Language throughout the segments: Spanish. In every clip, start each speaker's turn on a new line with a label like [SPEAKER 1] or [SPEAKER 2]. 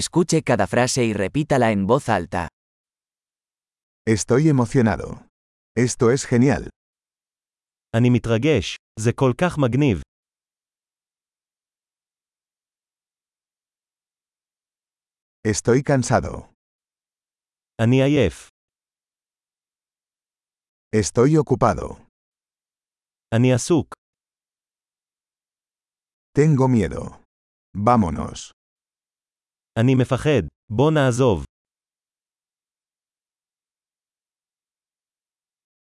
[SPEAKER 1] Escuche cada frase y repítala en voz alta.
[SPEAKER 2] Estoy emocionado. Esto es genial.
[SPEAKER 3] אני מתרגש, זה כל כך מגניב.
[SPEAKER 2] Estoy cansado.
[SPEAKER 3] אני עייף.
[SPEAKER 2] Estoy ocupado.
[SPEAKER 3] אני עסוק.
[SPEAKER 2] Tengo miedo. Vámonos.
[SPEAKER 3] אני מפחד. בוא נעזוב.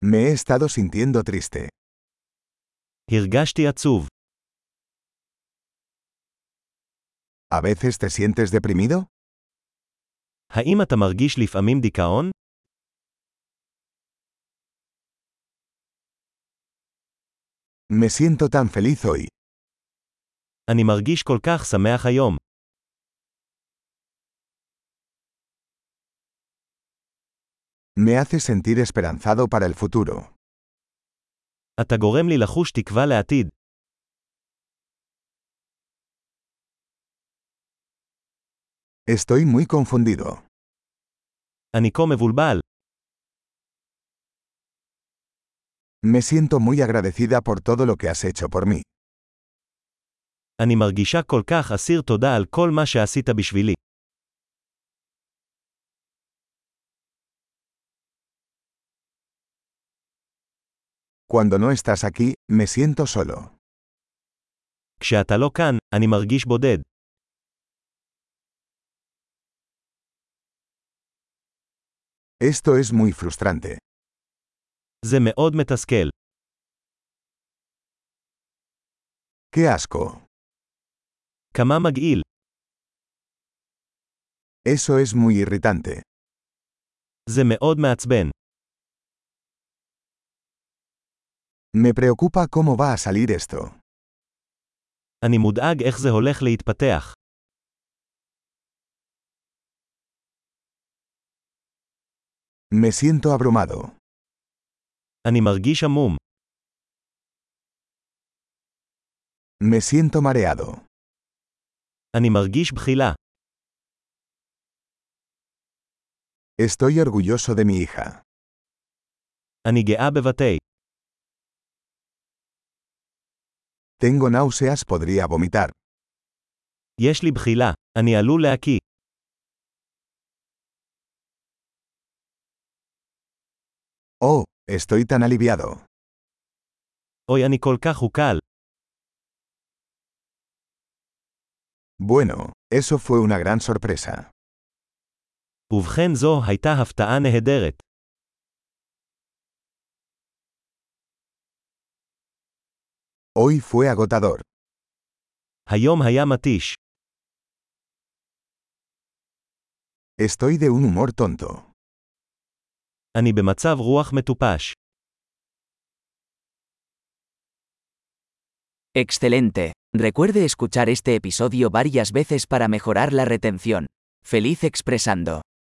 [SPEAKER 2] Me he estado sintiendo triste.
[SPEAKER 3] הרגשתי עצוב.
[SPEAKER 2] ¿A veces te sientes deprimido?
[SPEAKER 3] האם אתה מרגיש לפעמים דיכאון?
[SPEAKER 2] Me siento tan feliz hoy.
[SPEAKER 3] אני מרגיש כל כך שמח היום.
[SPEAKER 2] Me hace sentir esperanzado para el futuro.
[SPEAKER 3] אתה גורם לי לחוש תקווה לעתיד.
[SPEAKER 2] Estoy muy confundido.
[SPEAKER 3] אני כה מבולבל.
[SPEAKER 2] Me siento muy agradecida por todo lo que has hecho por mí.
[SPEAKER 3] אני מרגישה כל כך אסיר תודה על כל מה שעשית בשבילי.
[SPEAKER 2] Cuando no estás aquí, me siento solo.
[SPEAKER 3] כשאתה לא כאן, אני מרגיש בודד.
[SPEAKER 2] Esto es muy frustrante.
[SPEAKER 3] זה מאוד מתסכל.
[SPEAKER 2] ¡Qué asco!
[SPEAKER 3] כמה מגעיל.
[SPEAKER 2] Eso es muy irritante.
[SPEAKER 3] זה מאוד מעצבן.
[SPEAKER 2] Me preocupa cómo va a salir esto.
[SPEAKER 3] אני מודאג איך זה הולך להתפתח.
[SPEAKER 2] Me siento abrumado.
[SPEAKER 3] אני מרגיש עמום.
[SPEAKER 2] Me siento mareado.
[SPEAKER 3] אני מרגיש בחילה.
[SPEAKER 2] Estoy orgulloso de mi hija.
[SPEAKER 3] אני גאה בבתי.
[SPEAKER 2] Tengo náuseas, podría vomitar.
[SPEAKER 3] יש לי בחילה. אני עלול להקיא.
[SPEAKER 2] Oh, estoy tan aliviado.
[SPEAKER 3] אוי, אני כל כך הוקל.
[SPEAKER 2] Bueno, eso fue una gran sorpresa.
[SPEAKER 3] ובכן זו הייתה הפתעה נהדרת.
[SPEAKER 2] Hoy fue agotador.
[SPEAKER 3] היום היה מתיש.
[SPEAKER 2] Estoy de un humor tonto.
[SPEAKER 3] אני במצב רוח מטופש.
[SPEAKER 1] Excelente. Recuerde escuchar este episodio varias veces para mejorar la retención. Feliz expresando.